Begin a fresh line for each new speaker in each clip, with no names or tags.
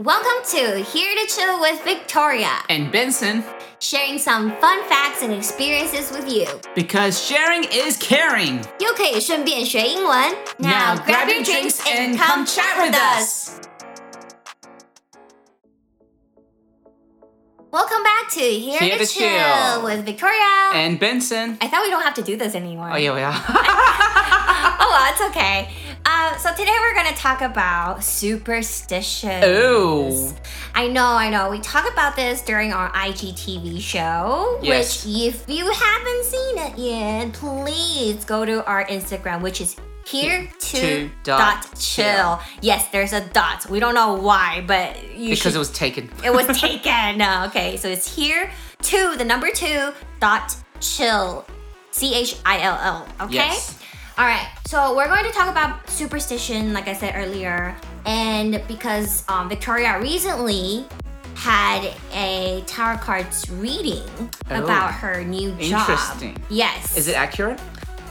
Welcome to Here to Chill with Victoria,
and Benson
sharing some fun facts and experiences with you.
because sharing is caring.
又可以顺便学英文。
Now grab your drinks and come chat with us.
Welcome back to Here,
Here
to
to
Chill,
Chill.
with Victoria.
And Benson.
I thought we don't have to do this anymore.
Oh yeah, we are.
Oh, well, it's okay. Uh, so today we're going to talk about superstitions.
Ooh.
I know, I know. We talk about this during our IGTV show,
Yes.
which if you haven't seen it yet, please go to our Instagram, which is here to
to
dot
dot
chill. Yes, there's a dot. We don't know why, but you
because
should-
it was taken.
it was taken. No, okay, so it's here to the number two dot chill, C H I L L. Okay.
Yes.
All right. So we're going to talk about superstition, like I said earlier, and because um, Victoria recently had a tarot cards reading about her new job.
Oh. Interesting.
Yes.
Is it accurate?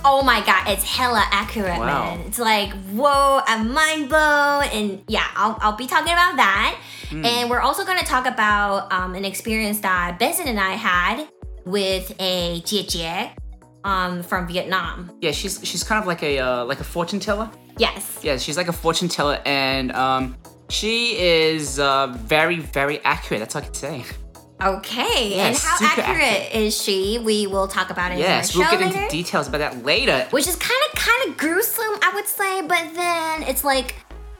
Oh my god, it's hella accurate,
Wow.
man. It's like, whoa, I'm mind blown. And yeah, I'll, I'll be talking about that.
Hmm.
And we're also going to talk about um, an experience that Benson and I had with a jie jie um, from Vietnam.
Yeah, she's she's kind of like a uh, like a fortune teller.
Yes.
Yeah, she's like a fortune teller, and um, she is uh, very very accurate. That's all I can say.
Okay.
Yeah,
and how
super
accurate, is she? We will talk about it
Yes,
in
we'll
our show
get into
later.
details about that later.
which is kind of kind of gruesome, I would say, but then it's like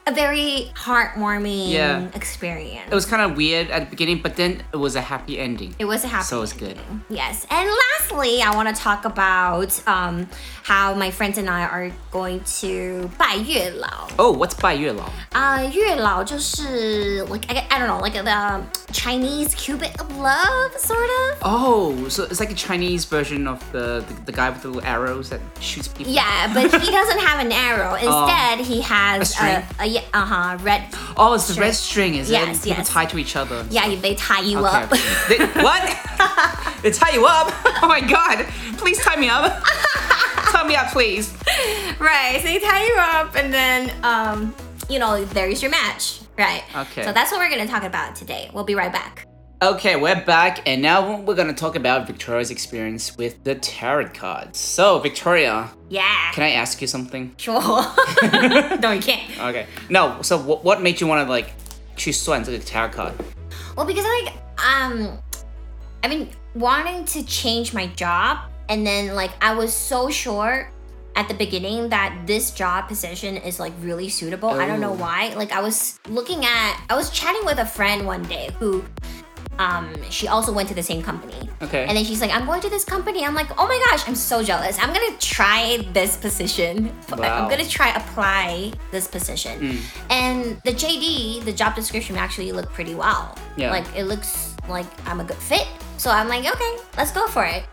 a very heartwarming
Yeah.
experience.
It was kind of weird at the beginning, but then it was a happy ending.
It was a happy.
So it's good.
ending. Yes. And lastly, I want to talk about um, how my friends and I are going to 拜月老.
Oh, what's Bai Yue Lao?
Uh, 月老就是 like I, I don't know, like the um, Chinese cubit of love, sort of.
Oh, so it's like a Chinese version of the the, the guy with the little arrows that shoots people.
Yeah, but he doesn't have an arrow. Instead, he has
Oh. string?
a, a uh huh red.
Oh, it's the red string, is it?
Yes,
People
yes.
tie to each other.
Yeah, they tie you
Okay.
up.
they, what? they tie you up? Oh my god! Please tie me up. tie me up, please.
Right, so they tie you up and then, um, you know, there's your match. Right.
Okay.
So that's what we're going to talk about today. We'll be right back.
Okay, we're back, and now we're gonna talk about Victoria's experience with the tarot cards. So, Victoria,
Yeah.
can I ask you something?
sure. no, you can't.
Okay. No. So, what what made you want to like choose Swan to the tarot card?
Well, because like, um, I've been wanting to change my job, and then like I was so sure at the beginning that this job position is like really suitable. I don't know
Oh.
why. Like I was looking at, I was chatting with a friend one day who, um, she also went to the same company.
Okay.
And then she's like, I'm going to this company. I'm like, oh my gosh, I'm so jealous. I'm gonna try this position.
Wow.
I'm gonna try apply this position.
Mm.
And the JD, the job description actually looked pretty well.
Yeah.
Like it looks like I'm a good fit. So I'm like, okay, let's go for it.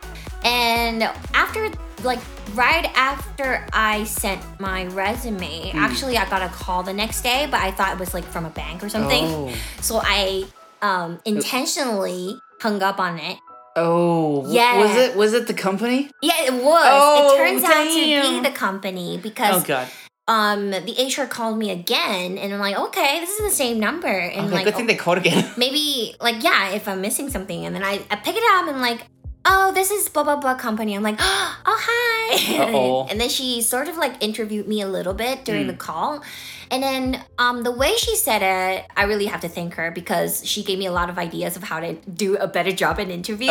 And after like right after I sent my resume,
Mm.
actually I got a call the next day, but I thought it was like from a bank or something.
Oh.
So I um intentionally hung up on it
Oh. w-
Yeah.
Was it was it the company?
Yeah, it was.
Oh,
it turns out to
damn.
be the company because
god.
um the HR called me again and I'm like, okay, this is the same number. And
Okay,
like oh,
good thing they called again.
maybe like yeah, if I'm missing something and then I, I pick it up and like, oh, this is blah blah blah company. I'm like, oh hi.
Uh-oh.
and then she sort of like interviewed me a little bit during
Hmm.
the call. And then um the way she said it, I really have to thank her because she gave me a lot of ideas of how to do a better job in interview.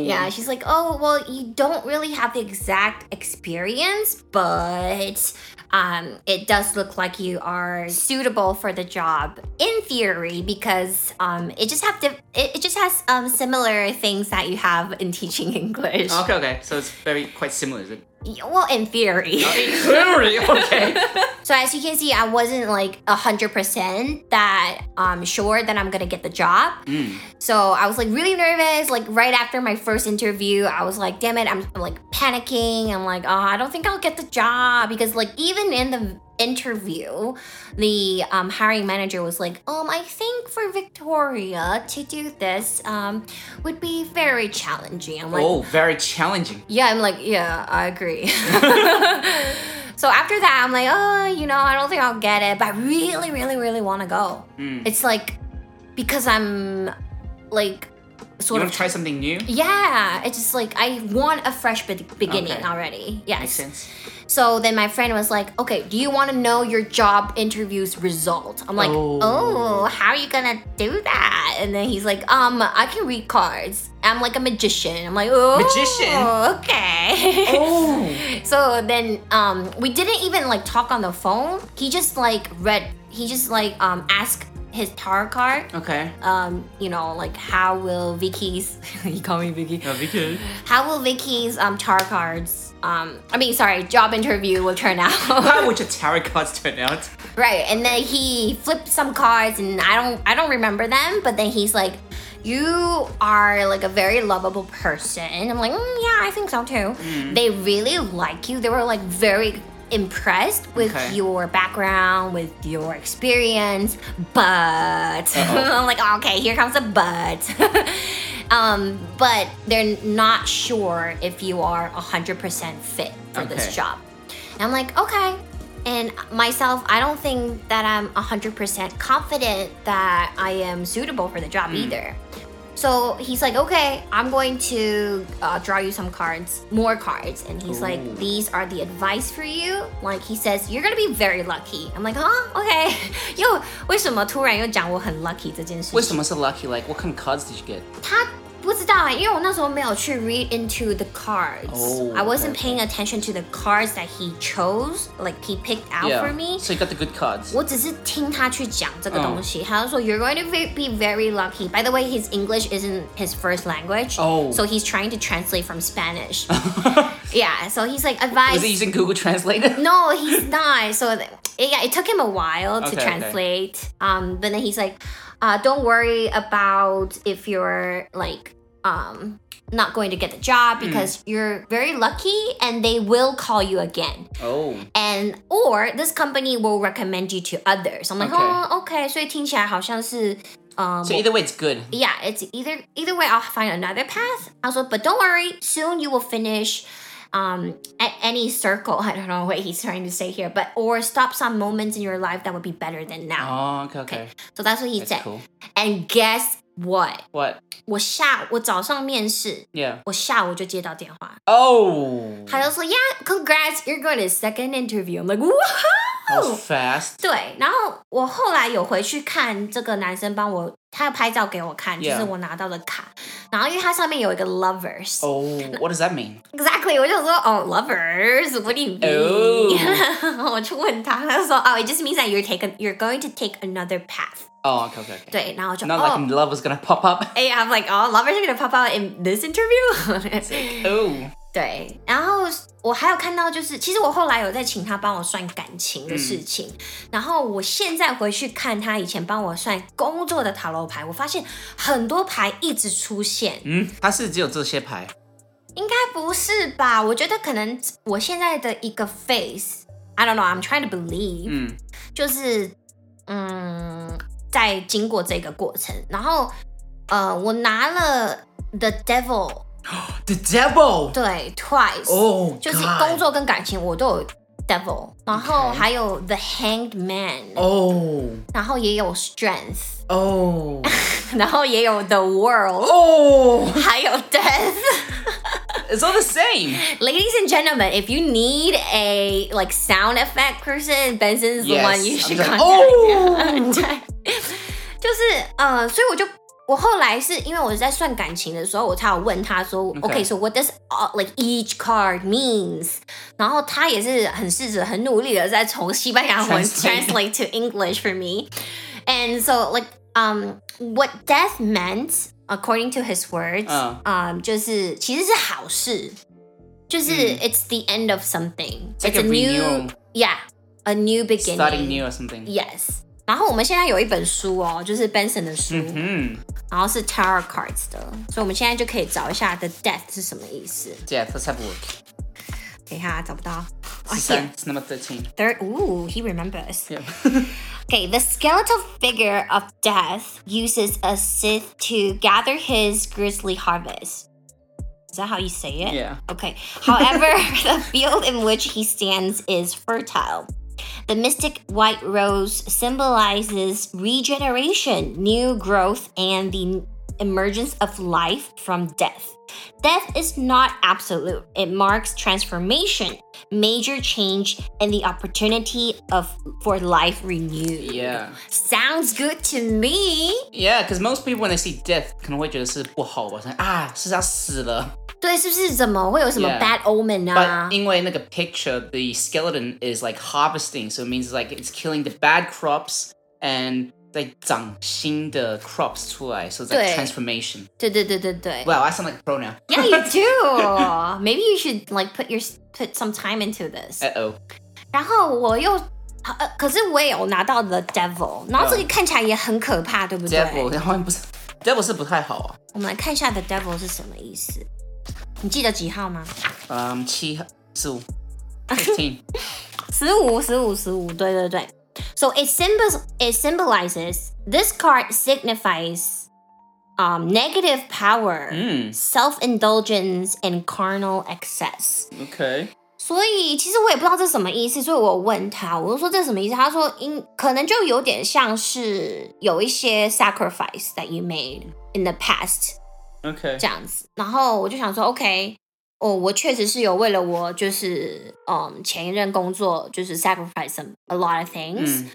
Yeah, she's like, oh, well, you don't really have the exact experience, but um, it does look like you are suitable for the job in theory because um, it just have to, it, it just has um, similar things that you have in teaching English.
Okay, okay. So it's very quite similar, is it?
Y- Well, in theory.
Oh, Theory, okay.
so as you can see, I wasn't like hundred percent that um, sure that I'm gonna get the job.
Mm.
So I was like really nervous. Like right after my first interview, I was like, damn it, I'm, I'm, like panicking. I'm like, oh, I don't think I'll get the job. Because like even in the interview, the um, hiring manager was like, um, I think for Victoria to do this um, would be very challenging. I'm like,
Oh, very challenging.
yeah, I'm like, yeah, I agree. so after that, I'm like, oh, you know, I don't think I'll get it, but I really, really, really want to go.
Mm.
It's like because I'm like
You
sort
want
of
to try something new?
yeah, it's just like I want a fresh be- beginning
Okay.
already. Yes.
Makes sense.
So then my friend was like, "Okay, do you want to know your job interview's result?" I'm like,
Oh.
"Oh, how are you gonna do that?" And then he's like, "Um, I can read cards. I'm like a magician." I'm like, "Oh,
Magician?
Okay."
Oh,
So then um we didn't even like talk on the phone. He just like read he just like um asked his tarot card
okay.
um you know like how will Vicky's he called me Vicky
That'll be good.
how will Vicky's um tarot cards um I mean sorry job interview will turn out
How would your tarot cards turn out?
right and then he flipped some cards and I don't I don't remember them but then he's like you are like a very lovable person I'm like "Mm, yeah I think so too
Mm.
they really like you they were like very impressed with
Okay.
your background with your experience but
Uh-oh.
I'm like okay here comes a but um but they're not sure if you are 100% fit for
Okay.
this job and I'm like okay and myself I don't think that I'm 100% confident that I am suitable for the job
Mm.
either so he's like, okay, I'm going to uh, draw you some cards, more cards. And he's
Ooh.
like, these are the advice for you. Like he says, you're gonna be very lucky. I'm like, huh? Okay. 又为什么突然又讲我很 lucky 这件事情？
为什么是 lucky? Like, what kind of cards did you get?
他不知道哎，因为我那时候没有去 read into the cards.
Oh,
I wasn't
okay,
paying attention to the cards that he chose, like he picked out for me.
So you got the good cards. Uh.
我只是听他去讲这个东西，他就说 You're going to ve- be very lucky. By the way, his English isn't his first language,
Oh.
so he's trying to translate from Spanish. yeah, so he's like advice.
Was it using Google Translator?
no, he's not. So th- it, yeah, it took him a while
Okay,
to
okay.
translate. Um, but then he's like, uh, don't worry about if you're like um not going to get the job
Hmm.
because you're very lucky and they will call you again
Oh.
and or this company will recommend you to others. I'm like,
Okay.
oh, okay. 所以听起来好像是，呃，
So
我-
either way, it's good.
yeah, it's either either way. I'll find another path. I was like, but don't worry. Soon you will finish. Um, at any circle, I don't know what he's trying to say here, but or stop some moments in your life that would be better than now.
Oh, okay, okay.
So that's what he
That's
said.
cool.
And guess what?
What?
我下我早上面试，我下午就接到电话。
Yeah. Oh.
他就说，Yeah, congrats, you're going to second interview. I'm like, what?
How fast?
对，然后我后来有回去看这个男生帮我，他拍照给我看
Yeah.
就是我拿到的卡。然后因为它上面有一个 lovers，、
Oh, what does that mean?
exactly，我就说哦、lovers，what do you mean？、然
Oh
后我就问他，他就说哦、it just means that you're take a, you're going to take another path。
Oh, okay, okay. okay.
对，然后我就
Not
哦
like love was gonna pop up.
y I'm like oh lovers are gonna pop out in this interview 。
Oh.
对，然后我还有看到，就是其实我后来有在请他帮我算感情的事情，然后我现在回去看他以前帮我算工作的塔罗牌，我发现很多牌一直出现，
嗯，它是只有这些牌。
应该不是吧？我觉得可能我现在的一个 face，I don't know，I'm trying to believe，、
嗯，
就是嗯，在经过这个过程，然后呃，我拿了 The Devil，
The devil.
对，twice，
Oh,
就是
God.
工作跟感情我都有 devil，然后
Okay.
还有 the hanged man，、
Oh.
然后也有 strength，
Oh.
然后也有 the world，、
Oh.
还有 death。
It's all the same.
Ladies and gentlemen, if you need a like sound effect person, Benson's the
Yes,
one you
I'm
should
just-
contact.
Oh!
对， 就是呃，所以我就我后来是因为我在算感情的时候，我才有问他说
Okay.
，OK，so what does all, like each card means？然后他也是很试着很努力的在从西班牙文
Translate.
translate to English for me。And so, like, um, what death meant, according to his words,
嗯
um, 就是其实是好事，就是、it's the end of something.
It's like a renewal.
new, yeah, a new beginning.
Starting new or something.
Yes. 然后我们现在有一本书哦，就是 Benson 的书，
嗯，
然后是 Tarot Cards 的，所以我们现在就可以找一下 The Death 是什么意思。
Death. Let's have a look.
等一下找不到。哦、h e
13, It's number 13.
Third, ooh, he remembers.
Yeah.
Okay, the skeletal figure of death uses a scythe to gather his grisly harvest. Is that how you say it?
yeah.
Okay. However, the field in which he stands is fertile. The mystic white rose symbolizes regeneration, new growth, and the emergence of life from death. Death is not absolute, it marks transformation, major change, and the opportunity of for life renewed.
Yeah.
Sounds good to me.
Yeah, because most people when they see death 可能会觉得是不好吧，像啊是他死了。
对，是不是怎么会有什么
Yeah.
bad omen
But
啊？
因为那个 picture the skeleton is like harvesting, so it means like it's killing the bad crops and 在长新的 crops 出来，so it's like
对
transformation.
对对对对对。
Wow, I sound like a pro now.
yeah, you do. Maybe you should like put your put some time into this.
Uh oh.
然后我又，呃，可是我也有拿到 The Devil，然后这个看起来也很可怕，对不对
Devil，然后不是 Devil 是不太好啊。
我们来看一下 The Devil 是什么意思。你记得几号吗？
嗯，七 十五 Um, fifteen
十五，十五，十五，对对对。So it symbols it symbolizes this card signifies um negative power,
嗯
self indulgence and carnal excess.
，OK，
所以其实我也不知道这什么意思，所以我问他，我就说这什么意思？他说，因可能就有点像是有一些 sacrifice that you made in the past
OK，
这样子。然后我就想说，OK，哦，我确实是有为了我就是嗯前一任工作就是 sacrifice some a lot of things，、
嗯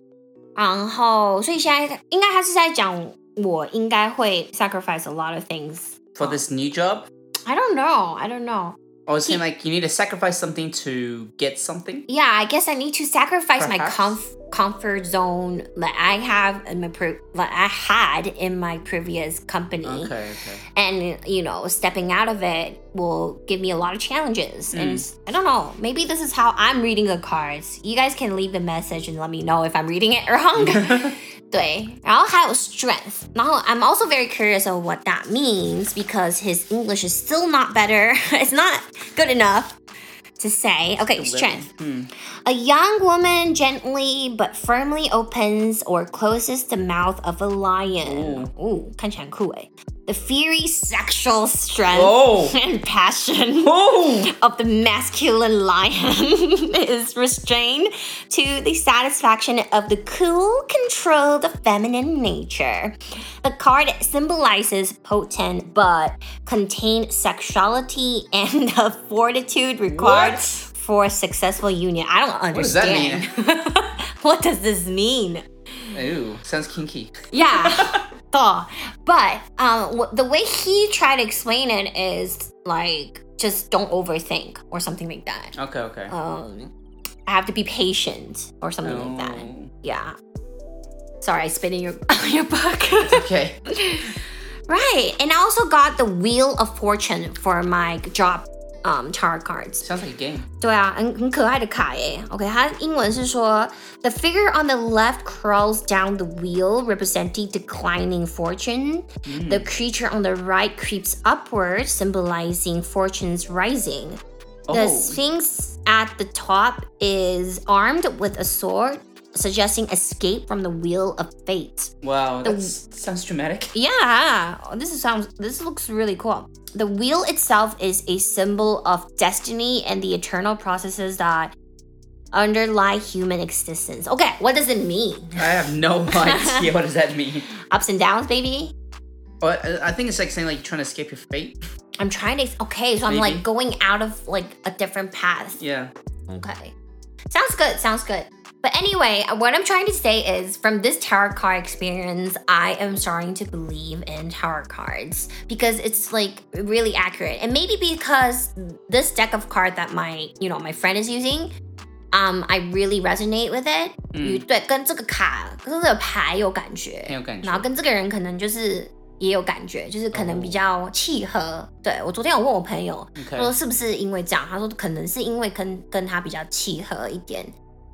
然后所以现在应该他是在讲我应该会 sacrifice a lot of things。
，for this new job。
I don't know, I don't know.
I was saying like you need to sacrifice something to get something.
yeah, I guess I need to sacrifice my
Perhaps.
comf- comfort zone that I have in my pre- that I had in my previous company,
Okay, okay.
and you know, stepping out of it will give me a lot of challenges. And
Mm.
s- I don't know, maybe this is how I'm reading the cards. You guys can leave the message and let me know if I'm reading it wrong. 对，然后还有 strength，然后 I'm also very curious of what that means because his English is still not better. it's not good enough to say. Okay, strength.
Hmm.
A young woman gently but firmly opens or closes the mouth of a lion. Ooh, 看起来很酷诶。The fiery sexual strength
Oh.
and passion
Oh,
of the masculine lion is restrained to the satisfaction of the cool control of feminine nature. The card symbolizes potent but contained sexuality and the fortitude required
What?
for a successful union. I don't
does that
understand. what does this mean?
Ooh, sounds kinky.
Yeah. Duh. But um, wh- the way he tried to explain it is like just don't overthink or something like that.
Okay, okay.
Um, I have to be patient or something like that.
Oh,
Yeah. Sorry, I spit in your your book.
Okay.
right, and I also got the Wheel of Fortune for my job um tarot cards.
Sounds like a game.
对啊，很很可爱的卡耶。OK，它英文是说，The figure on the left crawls down the wheel, representing declining fortune. The creature on the right creeps upward, symbolizing fortune's rising. The
Oh.
sphinx at the top is armed with a sword, suggesting escape from the wheel of fate.
Wow, that sounds dramatic.
Yeah, this is sounds. This looks really cool. The wheel itself is a symbol of destiny and the eternal processes that underlie human existence. Okay, what does it mean?
I have no idea what does that mean.
Ups and downs, baby.
But uh, I I think it's like saying like you're trying to escape your fate.
I'm trying to. Okay, so I'm like
Maybe.
going out of like a different path.
Yeah.
Okay, sounds good. Sounds good. But anyway, what I'm trying to say is from this tarot card experience, I am starting to believe in tarot cards because it's like really accurate. And maybe because this deck of card that my, you know, my friend is using, um, I really resonate with it. 与
嗯，
对，跟这个卡跟这个牌有感觉，
Mm. 很有感
然后
觉。
跟这个人可能就是也有感觉，就是可能比较契合。对我昨天有问我朋友，说
Okay.
是不是因为这样？他说可能是因为跟跟他比较契合一点，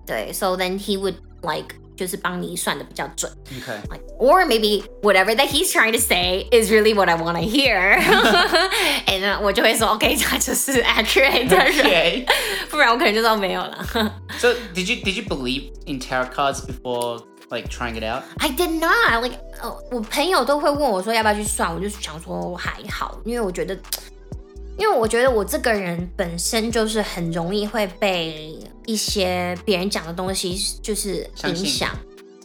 对，so then he would like 就是帮你算的比较准
Okay.
，like or maybe whatever that he's trying to say is really what I want to hear，and 呢我就会说 OK，他 就是 accurate 的 人，
Okay.
不然我可能就说没有了。
So did you did you believe in tarot cards before like trying it out?
I did not like，呃，我朋友都会问我说要不要去算，我就想说还好，因为我觉得，因为我觉得我这个人本身就是很容易会被一些别人讲的东西就是
相
影
信
响，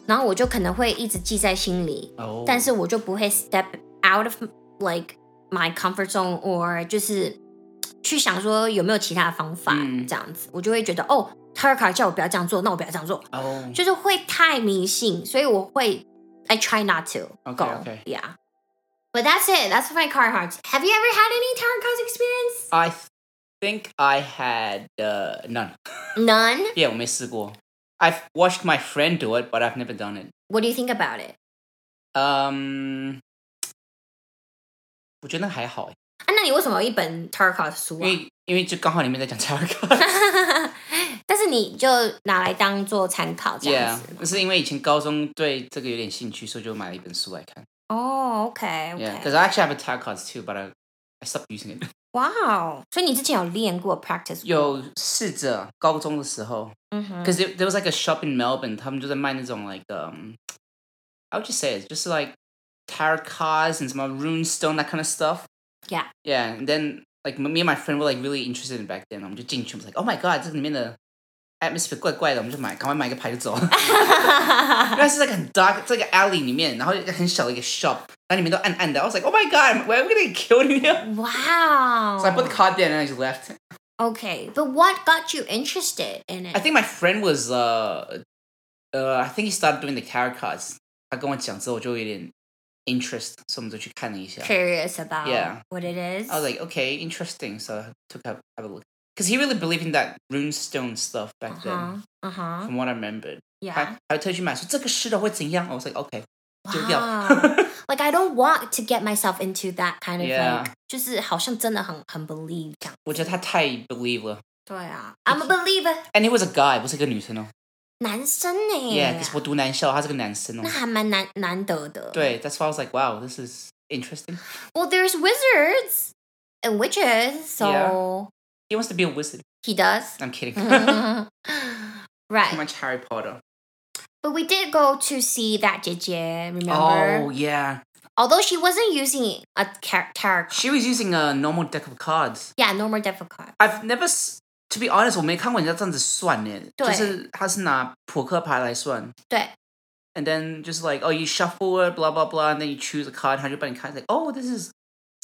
然后我就可能会一直记在心里，
哦，
但是我就不会 step out of like my comfort zone or 就是去想说有没有其他的方法、
嗯
这样子，我就会觉得哦 t a r k a 叫我不要这样做，那我不要这样做，
哦，
就是会太迷信，所以我会 I try not to
Okay,
go
okay.
yeah. But that's it. That's my card hearts. Have you ever had any tarot cards experience?
I think I had uh, none.
None.
Yeah, 我没试过. I've watched my friend do it, but I've never done it.
What do you think about it?
Um, 我觉得还好，
啊，那你为什么有一本 tarot card 书啊？
因为因为就刚好里面在讲 tarot card。
但是你就拿来当做参考这样
Yeah，
子。
那是因为以前高中对这个有点兴趣，所以就买了一本书来看。
哦、o k
Yeah,
OK，
because I actually have a tarot cards too, but I I stopped using it.
哇哦！所以你之前有练过 practice？，
有试着高中的时候，because
嗯哼，
there, there was like a shop in Melbourne, 他们就在卖那种 like um, I would just say it's just like tarot cards and some rune stone that kind of stuff.
Yeah.
Yeah, and then like me and my friend were like really interested in back then. 我们就进去，我们 was like oh my god, 这里面的 atmosphere 怪怪的，我们就买，赶快买一个牌就走。但是在个很 dark 这个 alley 里面，然后一个很小的一个 shop，然后里面都暗暗的。I was like, oh my god, we're gonna kill you.
哇
So I put the
哦
card there and I just left.
！OK，but what got you interested in
I
it？
think my friend was uh, uh, I think he started doing the tarot cards. 他跟我讲之后，我就有点 interest，所以我们就去看了一下。
Curious about
Yeah.
what it is？
I was like, okay, interesting. So I took up have a look because he really believed in that runestone stuff back
嗯
then.
哼，嗯哼
From what I remembered，
Uh-huh, ，Yeah
还。还特意去买说这个石头会怎样。I was like, okay，丢掉。
Wow. like I don't want to get myself into that kind of
Yeah.
like，就是好像真的很很 believe 这样。
我觉得他太 believe 了。
对啊，I'm a believer，
And he was a guy，不是一个女生哦。
男生呢
Yeah，可是我读男校，他是个男生哦
那。还蛮难难得的。
对，That's why I was like, wow, this is interesting.
Well, there's wizards and witches, so
Yeah. He wants to be a wizard.
he does.
I'm kidding.
Mm-hmm.
Too
right.
much Harry Potter.
But we did go to see that JJ,
Oh
remember?
yeah,
Although she wasn't using a tar- tarot.
she was using a normal deck of cards.
Yeah, no more difficult.
I've never, s- to be honest，我没看过人家这样子算呢。
对
就是他是拿扑克牌来算。
对。
And then just like, oh, you shuffle it, blah blah blah, and then you choose a card. 他就帮你看，like, oh, this is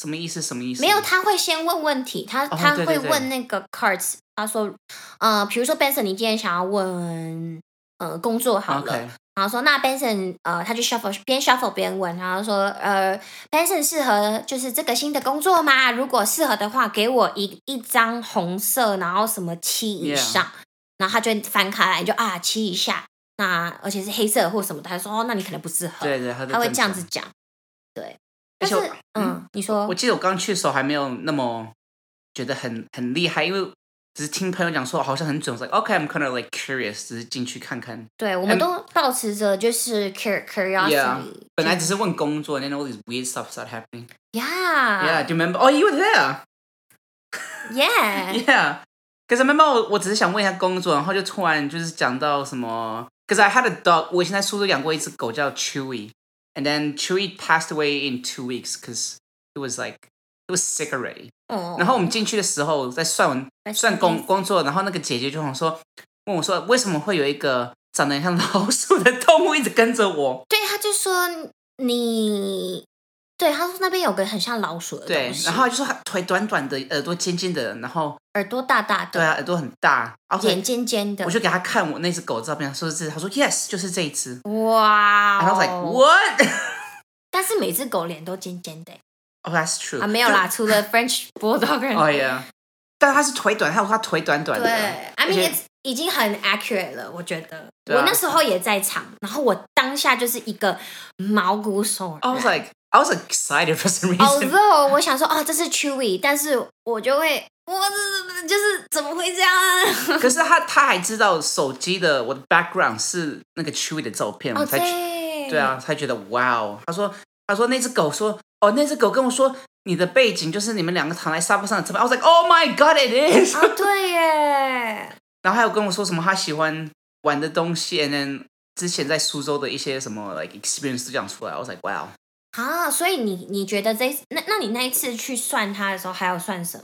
什么意思？什么意思？
没有，他会先问问题，他、
哦
他
对
会
对对
问那个 cards，他说，呃，比如说 Benson，你今天想要问，呃，工作好了
OK，
然后说那 Benson，呃，他就 shuffle 边 shuffle 边问，然后说，呃，Benson 适合就是这个新的工作吗？如果适合的话，给我一一张红色，然后什么七以
Yeah
上然后他就会翻开来，你就啊七以下，那而且是黑色或什么的，他就说哦，那你可能不适合，
对对，他
他会这样子
讲。
讲，对，
而
但
且
是
我
嗯，你说
我记得我刚去的时候还没有那么觉得很很厉害，因为只是听朋友讲说好像很准，我 like OK I'm kind of like curious，只是进去看看。
对，我们
And-
都保持着就是 cur
嗯 Yeah，
curiosity。
本来只是问工作，and then all these weird stuff started happening. Yeah,
Yeah.
do you remember? Oh, you were there.
Yeah.
Yeah. Cause I remember 我我只是想问一下工作，然后就突然就是讲到什么，Cause I had a dog，我以前在苏州养过一只狗叫 Chewy，and then Chewy passed away in two weeks cause it was like it was sick already.
哦
然后我们进去的时候在算完
在
算
算
工
工
工作，然后那个姐姐就想说，问我说为什么会有一个长得很像老鼠的动物一直跟 着我？
对，他就说你，对，他说那边有个很像老鼠的
对
东，西，
然后就说她腿短短的，耳朵尖尖的，然后
耳朵大大
对
的，
啊，耳朵很大，然后
眼尖尖的，
我就给她看我那只狗照片，她说这，她说 yes，就是这一只。
哇
然后 like
哦，
what？
但是每只狗脸都尖尖的
Oh, that's true.
啊，没有啦，除了 French Bulldog，
哦 yeah，但她是腿短，她说她腿短短
对
的。
，I
而
mean
且
it's 已经很 accurate 了，我觉得。
对啊
我那时候也在场，然后我当下就是一个毛骨悚
I
然
was。like I was excited for some reason.
Although 我想说哦，这是 Chewy，但是我就会，我这就是怎么会这样啊？
可是他他还知道手机的我的 background 是那个 Chewy 的照片，我
哦，
才觉
对，。
对，啊，才觉得哇哦。他说他说那只狗说哦，那只狗跟我说你的背景就是你们两个躺在沙发上的照片。I was like oh my god it is
哦，对耶，
然后还有跟我说什么他喜欢玩的东西，and then 之前在苏州的一些什么 like experience 都讲出来。I was like wow。
啊，所以你你觉得这那那你那一次去算它的时候，还有算什么？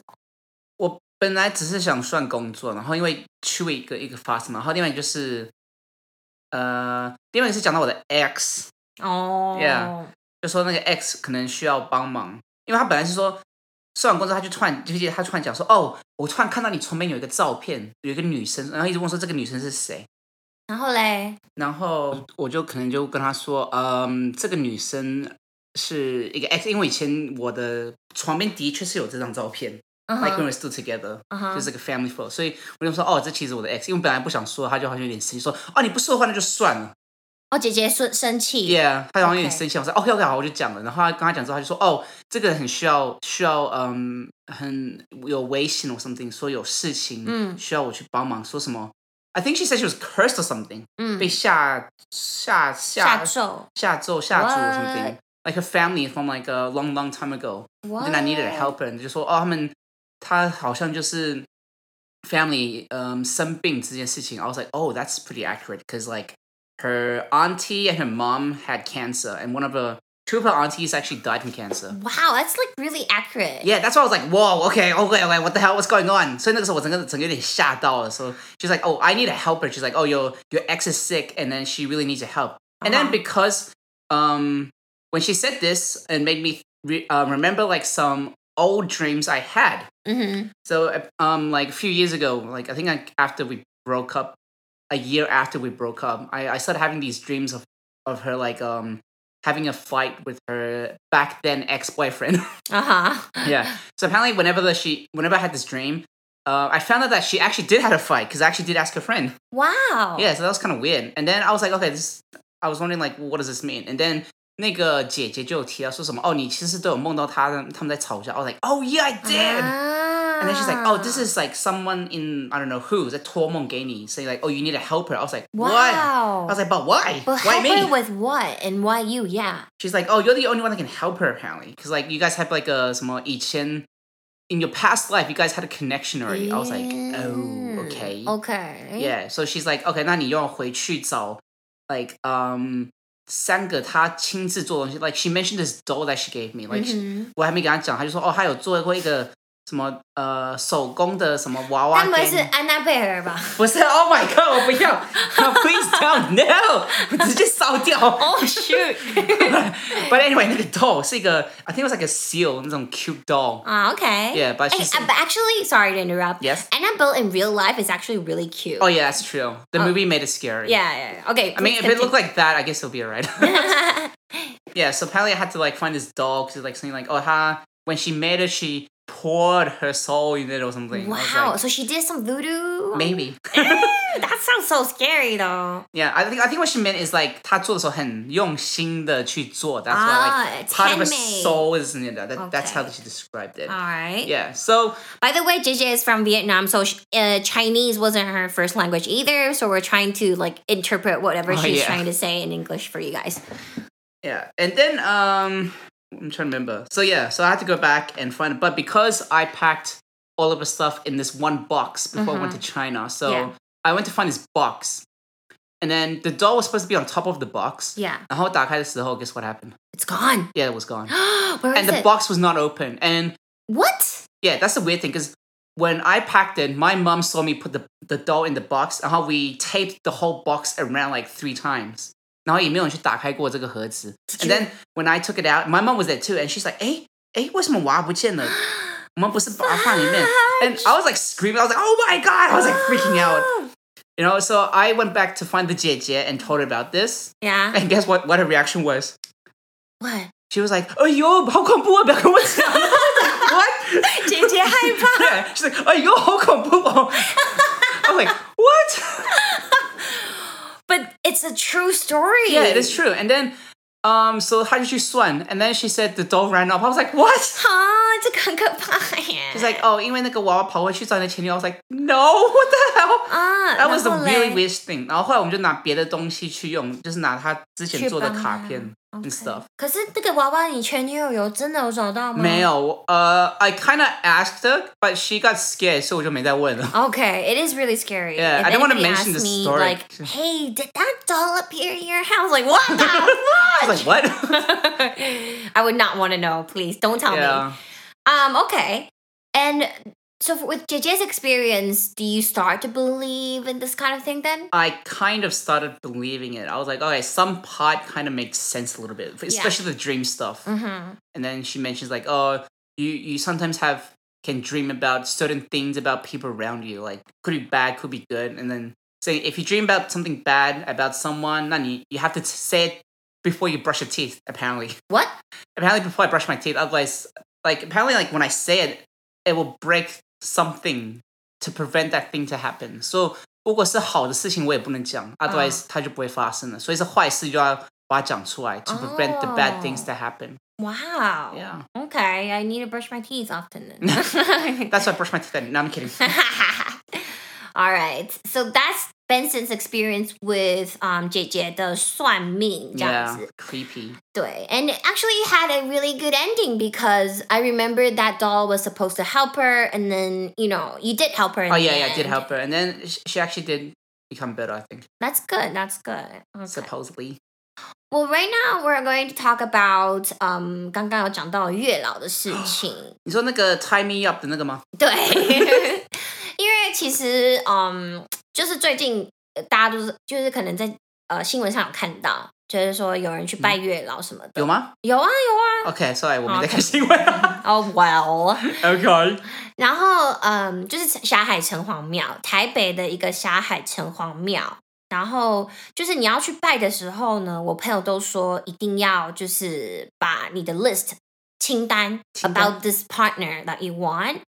我本来只是想算工作，然后因为去了一个一个 fast 嘛，然后另外一个就是，呃，另外一个是讲到我的 ex，
哦
Yeah 就说那个 ex 可能需要帮忙，因为他本来是说算完工作，他就突然就是他突然讲说，哦，我突然看到你床边有一个照片，有一个女生，然后一直问说这个女生是谁，
然后嘞，
然后我就可能就跟他说，嗯，这个女生是一个 ex，因为以前我的床边的确是有这张照片、
嗯
l i k e when
哼
we're still together。
嗯哼
就是个 family photo，所以我就说哦，这其实我的 ex，因为本来不想说，他就好像有点生气，说哦你不说的话那就算了
哦，姐姐生生气
，yeah，他好像有点
OK
生气，我说 OK OK 好，我就讲了，然后他跟他讲之后，他就说哦，这个很需要需要嗯很有危险 or something，说有事情
嗯
需要我去帮忙，说什么，I think she said she was cursed or something，
嗯
被，下下
下
下
咒
下咒下诅 or
What？
something。Like her family from like a long, long time ago.
What？
Then I needed help, and 就说哦，他们他好像就是 family 嗯、生病这件事情。I was like, oh, that's pretty accurate because like her auntie and her mom had cancer, and one of her two of her aunties actually died from cancer.
Wow, that's like really accurate.
Yeah, that's why I was like, whoa, okay, okay, okay, what the hell, what's going on? 所以那个时候我整个整个有点吓到了。So she's like, oh, I need a helper. She's like, oh, your your ex is sick, and then she really needs your help. And then
Uh-huh.
because um when she said this, it made me re- uh, remember like some old dreams I had.
嗯
So um like a few years ago, like I think like after we broke up, a year after we broke up, I, I started having these dreams of of her like um having a fight with her back then ex boyfriend.
哼，啊哈，
yeah. So apparently, whenever the, she, whenever I had this dream, uh, I found out that she actually did have a fight because I actually did ask her friend.
Wow.
Yeah. So that was kind of weird. And then I was like, okay, this. I was wondering like, what does this mean? And then. 那个姐姐就有提到说什么哦，你其实都有梦到他们他们在吵架。I was like, oh yeah, I did.
Ah.
And then she's like, oh, this is like someone in I don't know who 在托梦给你 saying like, oh, you need a helper. I was like, what? I
wow.
was like, but why?
But
why
help
me?
her with what and why you? Yeah.
She's like, oh, you're the only one that can help her apparently, because like you guys have like uh, a small Ichen. In your past life, you guys had a connection already. I was like,
Mm,
oh, okay,
Okay.
yeah. So she's like, okay, 那你要回去找 like um 三个她亲自做的东西。Like she mentioned this doll that she gave me. Like、
嗯哼。
我还没跟她讲，她就说哦，她有做过一个什么呃手工的什么娃娃。
那么是安娜贝尔吧？
不是？Oh my god！我不要！Please don't no！我直接烧 掉。
Oh shoot!
But anyway, 那个 doll 是一个 I think it was like a seal 那种 cute doll.
Ah, okay.
Yeah, but
Hey,
she's
uh, but actually, sorry to interrupt.
yes.
Annabelle in real life is actually really cute.
Oh yeah, that's true. The
Oh.
movie made it scary.
yeah, yeah, yeah. Okay.
I mean, if it looked like that, I guess it'll be alright.
like.
yeah. So apparently, I had to like find this doll because like something like oh ha when she made it, she poured her soul in it or something. I was
wow.
like,
so she did some voodoo.
Maybe.
that sounds so scary, though.
Yeah, I think I think what she meant is like 她做的时候很用心的去做。That's why like
ah, it's
part of her
handmade.
soul is in it. That, That's
Okay.
how she described it.
All right.
Yeah. So
By the way, JJ is from Vietnam, so sh uh, Chinese wasn't her first language either. So we're trying to like interpret whatever
Oh,
she's
yeah.
trying to say in English for you guys.
Yeah, and then um, I'm trying to remember. So yeah, so I had to go back and find it, but because I packed all of the stuff in this one box before I went to China, so
Mm-hmm. Yeah.
I went to find this box, and then the doll was supposed to be on top of the box.
Yeah,
And how guess what happened?
it's gone.
Yeah, it was gone,
Where is
and the
it?
box was not open. And
what?
yeah, that's the weird thing because when I packed it, my mom saw me put the the doll in the box, and how we taped the whole box around like three times. 然后也没有人去打开过这个盒子。
Did
And
you-
then when I took it out, my mom was there too, and she's like, "Hey, hey, 为什么娃不见了？我们不是把它放里面。And I was like screaming. I was like, "Oh my god!" I was like freaking out. You know. So I went back to find the 姐姐 and told her about this.
Yeah.
And guess what? What her reaction was?
What?
She was like, "Oh yo, 好恐怖啊！不要跟我讲。I was like, "What?"
姐姐害怕。
Yeah. She's like, "Oh yo, 好恐怖哦。I'm like, "What?"
But it's a true story.
Yeah, it is true. And then, um, so how did you swan? And then she said the doll ran off. I was like, "What?"
啊，这个很可怕耶。
She's like, oh, 因为那个娃娃跑过去找你的前女友。I was like, no, what the hell?
啊
That was the
然后嘞
really weird thing. 然后后来我们就拿别的东西去用，就是拿他之前做的卡片
去帮
and stuff.
可是这个娃娃，你前女友有真的有找到吗？
没有，呃、uh, I kind of asked her, but she got scared, so 我就没再问了。
Okay, it is really scary.
Yeah,
If
I don't wanna
anybody
mention
asks
the
me,
story.
Like, hey, did that doll appear in your house? Like, what the
I was like, what?
fuck?
Oh,
I would not want to know. Please don't tell me.
yeah.
Um. Okay. And So for, with JJ's experience, do you start to believe in this kind of thing then?
I kind of started believing it. I was like, okay, some part kind of makes sense a little bit, especially the dream stuff.
Mm-hmm.
And then she mentions like, oh, you you sometimes have can dream about certain things about people around you, like could be bad, could be good. And then saying if you dream about something bad about someone, then you, you have to t- say it before you brush your teeth. Apparently,
What?
apparently before I brush my teeth, otherwise, like apparently, like when I say it, it will break something to prevent that thing to happen. So 如果是好的事情，我也不能讲，otherwise、uh. 它就不会发生了。所以是坏事就要把它讲出来，to prevent the bad things
Oh.
that happen.
Wow.
Yeah,
Okay, I need to brush my teeth often then.
that's why I brush my teeth. Then. No, I'm kidding.
All right. So that's Benson's experience with um JJ the Swan Ming.
yeah, creepy.
And it actually had a really good ending because I remember that doll was supposed to help her and then, you know, you did help her. in
Oh
the
yeah, yeah, I did
end.
help her, and then sh- she actually did become better. I think
That's good. That's good. Okay.
supposedly.
Well, right now we're going to talk about um 刚刚有讲到月老的事情。
你说那个 tie me up 的那个吗？
对， 因为其实嗯，就是最近呃大家都是就是可能在呃新闻上有看到，就是说有人去拜月老什么的，
嗯有吗
有啊有
？OK，sorry，
Okay.
我没在看新闻。
啊。 哦、well，
OK，
然后嗯，就是霞海城隍庙，台北的一个霞海城隍庙。然后就是你要去拜的时候呢，我朋友都说一定要就是把你的 list 清单
清单
about this partner that you want。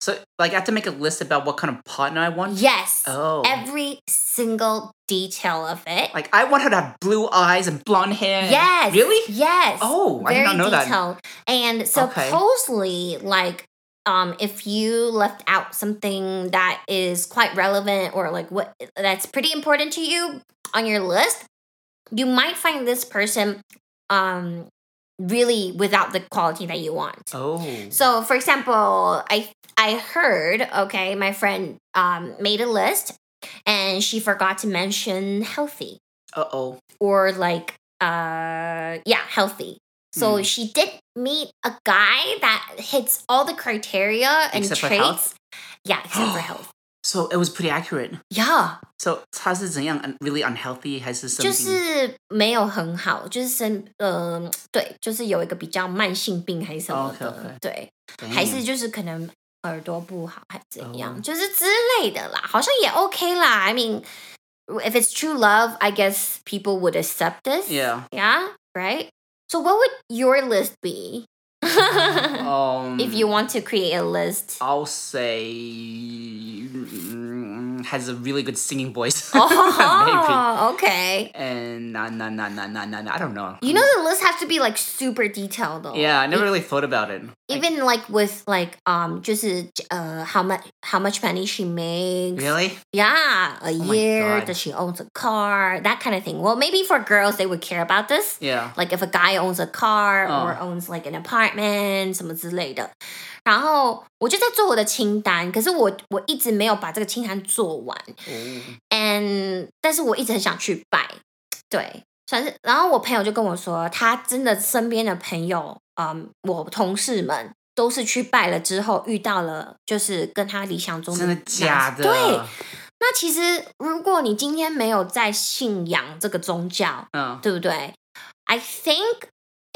So like I have to make a list about what kind of partner I want.
Yes，、
Oh.
every single detail of it.
like I want her to have blue eyes and blonde hair.
yes.
Really?
Yes.
Oh, I did
Very
not know that.
detailed. And
Okay.
supposedly, like, um, if you left out something that is quite relevant or like what that's pretty important to you on your list, you might find this person, um, really without the quality that you want.
Oh.
So, for example, I I heard okay, my friend um made a list, and she forgot to mention healthy
Uh oh.
or like uh yeah healthy. So
Mm.
she did meet a guy that hits all the criteria and
Except for
traits.
health?
Yeah, except for health.
So it was pretty accurate.
Yeah,
So 它是怎样 un- really unhealthy 还是 something?
就是没有很好，就是生呃对，就是有一个比较慢性病还是什么的
Oh, Okay, okay.
对。
Damn.
还是就是可能耳朵不好，还怎样
哦
就是之类的啦，好像也 OK 啦。I mean, if it's true love, I guess people would accept this.
Yeah.
Yeah, right. So what would your list be?
Um.
if you want to create a list.
I'll say mm, has a really good singing voice. Maybe.
Oh, okay.
And na na na na na na. na- I don't know.
You know the list has to be like super detailed though. E-,
Yeah, I never really thought about it.
Even like with like um just uh how much how much money she makes.
Really?
Yeah, a
Oh my
year.
God.
Does she owns a car? That kind of thing. Well, maybe for girls they would care about this.
Yeah.
Like if a guy owns a car or
Oh.
owns like an apartment 什么之类的。然后我就在做我的清单，可是我我一直没有把这个清单做完。
Oh.
And 但是我一直很想去拜，对，算是。然后我朋友就跟我说，他真的身边的朋友，嗯，我同事们都是去拜了之后遇到了，就是跟他理想中的
真的
男生
假的？
对。那其实，如果你今天没有在信仰这个宗教，
嗯。
对不对？I think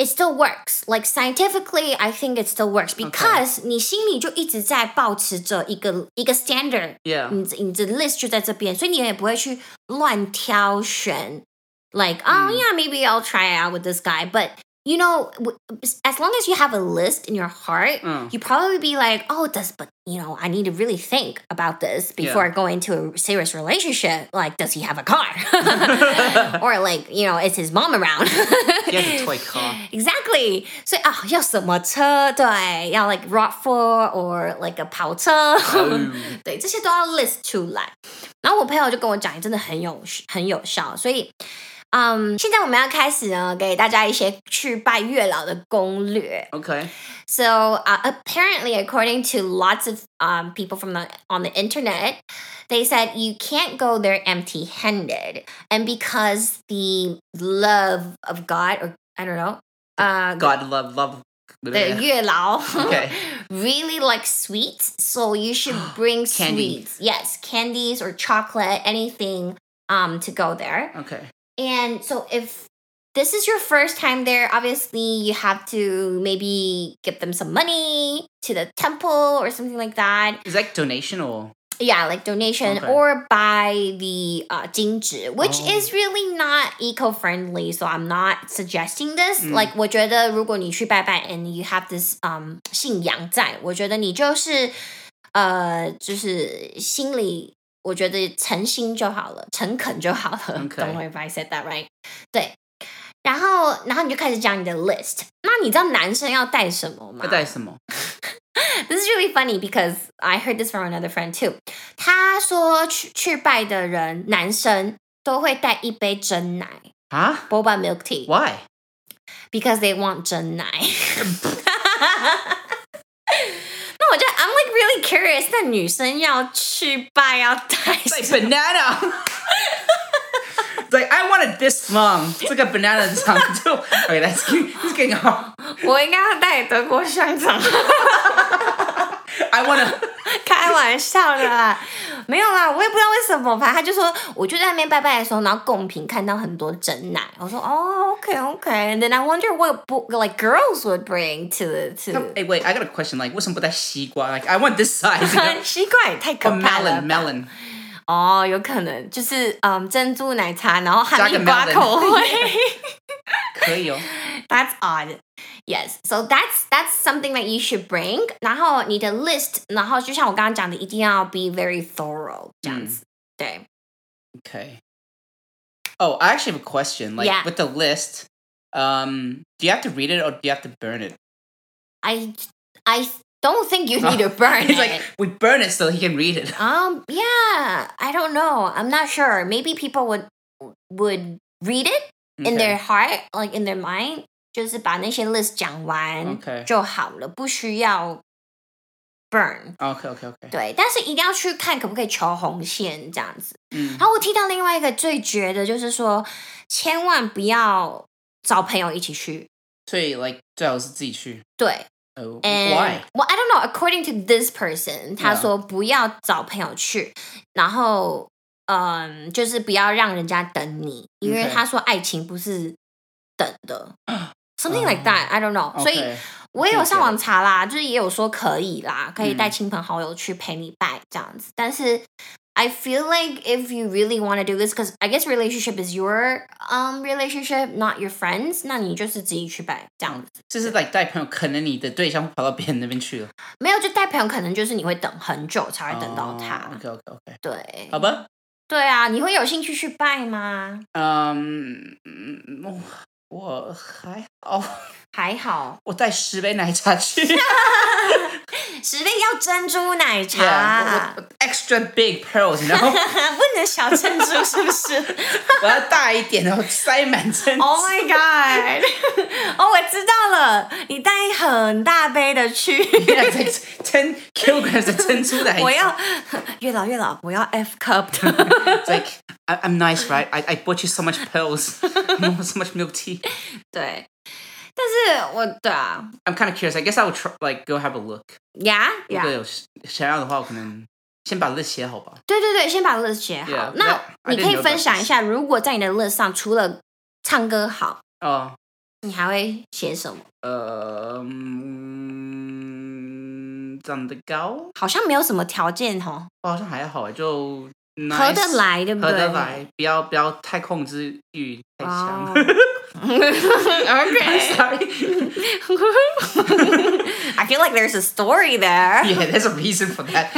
it still works. Like scientifically, I think it still works because 你心里就一直在保持着一个一个 standard，
Yeah.
你你的 list 就在这边，所以你也不会去乱挑选。Like, oh
嗯
yeah, maybe I'll try it out with this guy, but you know, w- as long as you have a list in your heart,
嗯。
you probably be like, oh, does but you know, I need to really think about this before
Yeah.
going to a serious relationship. Like, does he have a car? or like, you know, is his mom around?
He has a toy car.
Exactly. So, oh, 要什么车？对，要 like RAV4 or like a 跑车。
Oh.
对，这些都要 list 出来。然后我朋友就跟我讲，真的很有很有效，所以。嗯现在我们要开始呢，给大家一些去拜月老的攻略。
Okay.
So uh, apparently, according to lots of um, people from the on the internet, they said you can't go there empty-handed, and because the love of God, or I don't know, uh,
God love love
the 月老
Okay.
really like sweets, so you should bring
Candy.
sweets. Yes, candies or chocolate, anything um to go there.
Okay.
And so if this is your first time there, obviously you have to maybe give them some money to the temple or something like that.
Is like donation or
Yeah, like donation
Okay.
or buy the uh, jingzhi, which
Oh.
is really not eco-friendly. So I'm not suggesting this.
Mm.
Like 我觉得如果你去拜拜 and you have this um 信仰在，我觉得你就是呃就是心里。我觉得诚心就好了，诚恳就好了。
OK
Don't worry if I said that right。对，然后然后你就开始讲你的 list。那你知道男生要带什么吗？
要带什么？
This is really funny because I heard this from another friend too. 他说去去拜的人，男生都会带一杯真奶
啊
（boba milk tea）
？Why？
because they want 真奶。那我就 I'm like really curious，那女生要去拜要带
Like
什么
banana. like I wanted this long. 这个 banana 的长度。Okay, that's cute. It's getting hard.
我应该要带德国香肠。
I wanna.
开玩笑的啦，没有啦，我也不知道为什么，反正他就说，我就在那边拜拜的时候，然后贡品看到很多真奶，我说哦，OK OK，and then I wonder what bo- like girls would bring to to，
Hey, wait. I got a question. Like, 为什么不带西瓜？Like, I want this size. you
很
know?
奇怪，太可
Or
怕了
melon,
吧。
melon.
哦，有可能就是嗯珍珠奶茶，然后哈
加个
密瓜
melon
口 味。
可以哦。
That's odd. Yes. So that's that's something that you should bring. 然后你的 list，然后就像我刚刚讲的，一定要 be very thorough 这样
嗯
子。对。
Okay. Oh, I actually have a question. Like
Yeah.
with the list, um, do you have to read it or do you have to burn it?
I I don't think you need to burn
He's
it.
like, we burn it so he can read it.
um, yeah, I don't know. I'm not sure. Maybe people would would read it in their heart, like in their mind. 就是把那些 list 讲完
Okay.
就好了，不需要 burn。
Okay. Okay. Okay.
对，但是一定要去看可不可以求红线这样子。
嗯
然后我听到另外一个最绝的就是说，千万不要找朋友一起去。
所以 like 最好是自己去。
对，
Oh,
And
why?
well, I don't know. According to this person，他说不要找朋友去，然后嗯，就是不要让人家等你，因为
Okay.
他说爱情不是等的，something like that. I don't know. 所以
Okay.
我也有上
理
网查啦，就是也有说可以啦，可以带
嗯
亲朋好友去陪你拜这样子，但是。I feel like if you really want to do this, because I guess relationship is your um relationship, not your friends. 那你就是自己去拜这样子。
就是 like 带朋友，可能你的对象会跑到别人那边去了。
没有，就带朋友可能就是你会等很久才会等到他。
哦 OK OK OK，
对
好，吧。
对啊，你会有兴趣去拜吗？
嗯，嗯我我还好，
还好，
我带十杯奶 茶去。
十杯要珍珠奶
Yeah，
茶
我，我 extra big pearls，然 后
不能小珍珠是不是
我要大一点，然后塞满真。
？Oh my god！哦， 我知道了，你带很大杯的去。
Yeah, it's like ten kilograms 的珍珠奶茶。
我要月老月老，我要 F cup 的。
It's like I, I'm nice, right? I, I bought you so much pearls, so much milk tea.
对，但是我对啊，
I'm kind of curious. I guess I would try, like go have a look.
呀
如
呀
果，有想要的话，我可能先把 list 写好吧。
对对对，先把 list 写好。
Yeah,
那
that- I
你
didn't
可以
know
分
about
享一
this.
下，如果在你的 list 上除了唱歌好，
哦，
你还会写什么？
呃，嗯长得高，
好像没有什么条件哦，
um, 我好像还好，就 nice,
合得，来，对不
合
对？
得。来，不要不要太控制欲太强。
哦
I'm
OK.
sorry.
I feel like there's a story there.
Yeah, there's a reason for that.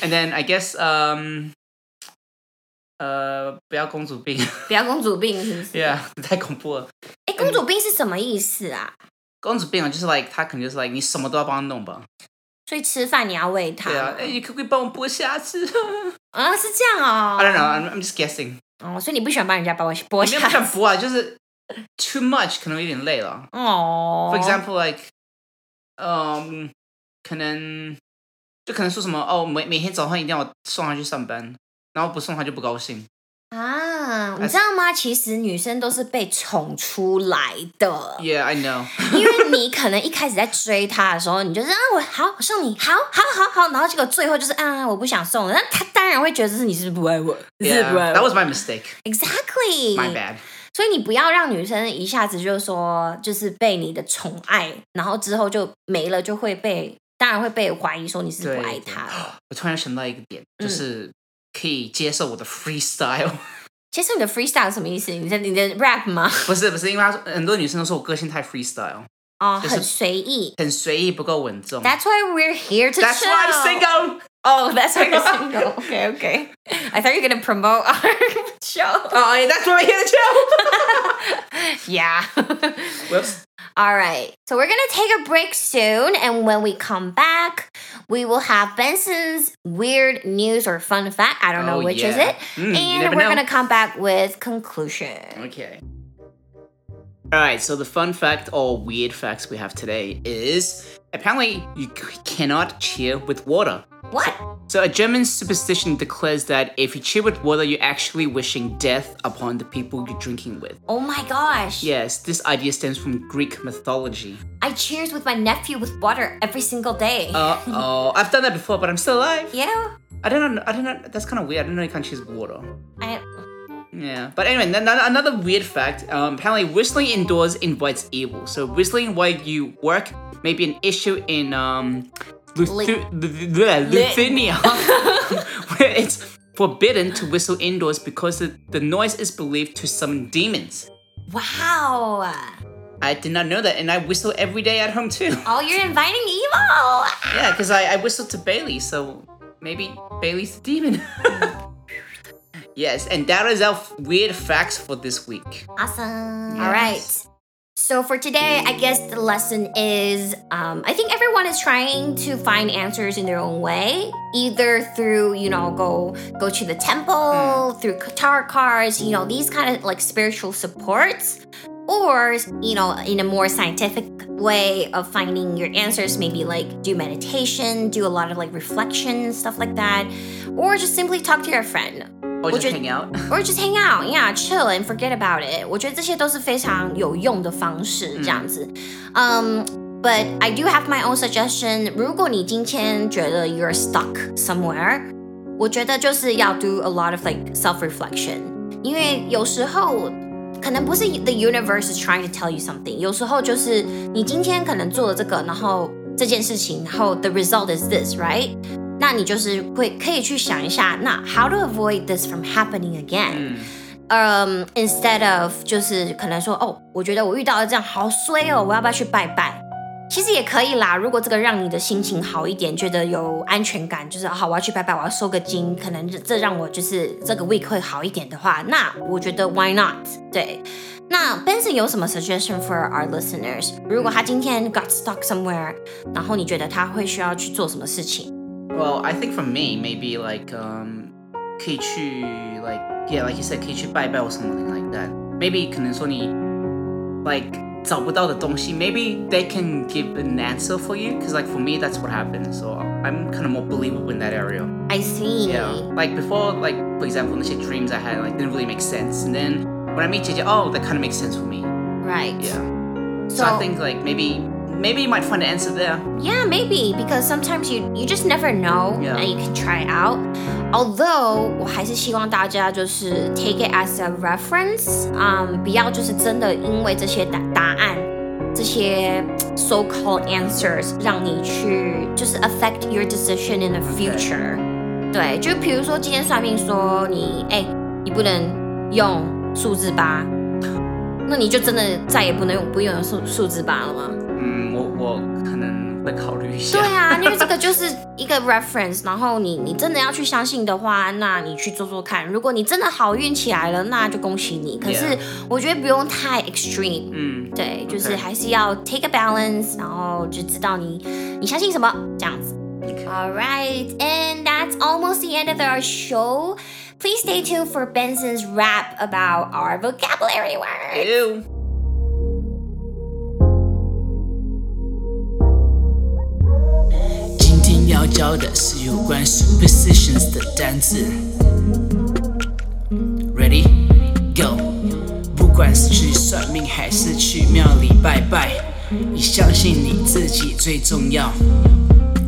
And then I guess um 呃，不要公主病
不要公主病是不是？
，Yeah，太 恐怖了。
哎，公主病是什么意思啊？
公主病啊，就是 like 她可能就是 like 你什么都要帮她弄吧。
所以吃饭你要喂她
对啊，哎，你可不可以帮我剥虾子 ？I
啊，是这样哦。
don't know, I'm I'm just guessing。
哦，所以你不喜欢帮人家剥剥
我没 有不想
虾
剥啊，就是 too much 可能有点累了。
哦。
For example, like 嗯，可能就可能说什么哦，每每天早上一定要送她去上班，然后不送她就不高兴。
啊，你知道吗？其实女生都是被宠出来的，
Yeah, I know.
因为你可能一开始在追她的时候，你就是啊，我好我送你，好好好好，然后结果最后就是啊，我不想送了，那她当然会觉得是你是不是不爱我，你是不是
Yeah,
不爱
that
我
was my mistake.
，exactly。
My bad.
所以你不要让女生一下子就说就是被你的宠爱，然后之后就没了，就会被当然会被怀疑说你是不爱她了。
我突然想到一个点，
嗯
就是可以接受我的 freestyle。
其实你的 freestyle 是什么意思？你的你的 rap 吗？
不是不是，因为他说很多女生都说我个性太 freestyle，
哦，
就是
很随意。
很随意，不够稳重。
That's why we're here to
That's why I'm
chill.
single.
Oh, that's why you're single. okay, okay. I thought you were gonna promote our show.
Oh, yeah, that's why I'm here to chill.
Yeah.
Whoops.
All right. So we're gonna take a break soon, and when we come back, we will have Benson's weird news or fun fact. I don't know
Oh,
which is
yeah.
it.
Mm, you
and
never
we're
know.
gonna come back with conclusion.
Okay. All right, so the fun fact or weird facts we have today is apparently you c- cannot cheer with water.
What?
So a German superstition declares that if you cheer with water, you're actually wishing death upon the people you're drinking with.
Oh my gosh.
Yes, this idea stems from Greek mythology.
I cheers with my nephew with water every single day.
Uh oh, I've done that before, but I'm still alive.
yeah.
I don't know. I don't know. That's kind of weird. I don't know. You can't cheer with water.
I
Yeah, but anyway, n- n- another weird fact. Um, apparently, whistling indoors invites evil. So whistling while you work may be an issue in um, Luthu-
Lit-
Lu- Lu- Lu- Lithuania, where it's forbidden to whistle indoors because the, the noise is believed to summon demons.
wow.
I did not know that, and I whistle every day at home too.
Oh, you're inviting evil.
Yeah, because I, I whistled to Bailey, so maybe Bailey's a demon. yes, and that is our f- weird facts for this week.
Awesome.
Yes.
All right. So for today, I guess the lesson is um, I think everyone is trying to find answers in their own way, either through you know go go to the temple, through tarot cards, you know these kind of like spiritual supports, or you know in a more scientific way of finding your answers, maybe like do meditation, do a lot of like reflection stuff like that, or just simply talk to your friend.
Or
Would
just
you-
hang out.
or just hang out, yeah, chill and forget about it. 我觉得这些都是非常有用的方式，这样子。嗯、but I do have my own suggestion. 如果你今天觉得 you're stuck somewhere，我觉得就是要 do a lot of like self reflection，因为有时候。可能不是 the universe is trying to tell you something，有时候就是你今天可能做了这个，然后这件事情，然后 the result is this，right？那你就是会可以去想一下，那 how to avoid this from happening
Hmm.
again？嗯、i n s t e a d of 就是可能说，哦，我觉得我遇到了这样好衰哦，我要不要去拜拜？其实也可以啦，如果这个让你的心情好一点，觉得有安全感，就是好，我要去拜拜，我要收个金，可能这这让我就是这个 week 会好一点的话，那我觉得 why not？对，那 Benson 有什么 suggestion for our listeners？如果他今天 got stuck somewhere，然后你觉得他会需要去做什么事情？
Well, I think for me, maybe like um, 可以去 like yeah, like you said, 可以去拜拜 or something like that. Maybe 可能说你 like 找不到的东西 maybe they can give an answer for you. Cause like for me, that's what happened. So I'm kind of more believable in that area.
I see.
Yeah. Like before, like for example, the dreams I had like didn't really make sense, and then when I meet JJ, oh, that kind of makes sense for me.
Right.
Yeah.
So,
So I think like maybe maybe you might find an answer there.
yeah, maybe because sometimes you you just never know
Yeah.
and you can try out. Although 我还是希望大家就是 take it as a reference，嗯、不要就是真的因为这些答答案。这些 so called answers 让你去就是 affect your decision in the future。对，就比如说今天算命说你哎、你不能用数字八，那你就真的再也不能用不用数数字八了吗？
嗯，我我可能会考虑一下。
对啊，因为这个就是一个 reference，然后你你真的要去相信的话，那你去做做看。如果你真的好运起来了，那就恭喜你。可是
Yeah
我觉得不用太 extreme，
嗯，
对，就是
OK
还是要 take a balance，然后就知道你你相信什么这样子。All right, and that's almost the end of our show. Please stay tuned for Benson's rap about our vocabulary word.
Ew. Ready 管是去算命还是去庙里拜拜，你相信你自己最重要。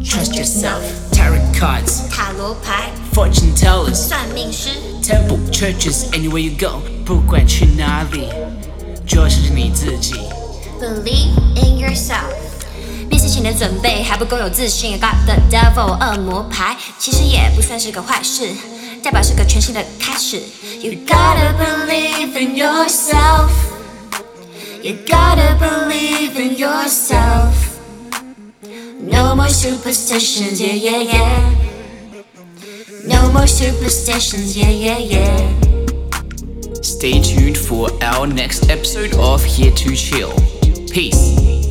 Trust yourself. Tarot cards,
塔罗牌、
fortune tellers,
算命师，
temple churches, anywhere you go，不管去哪里，就要相信你自己。
Believe in yourself。面试前的准备还不够有自信，Got the devil 恶魔牌，其实也不算是个坏事，代表是个全新的开始。You gotta believe in yourself. You gotta believe in yourself. No more superstitions, yeah yeah yeah. No more superstitions, yeah yeah yeah.
Stay tuned for our next episode of Here to Chill. Peace.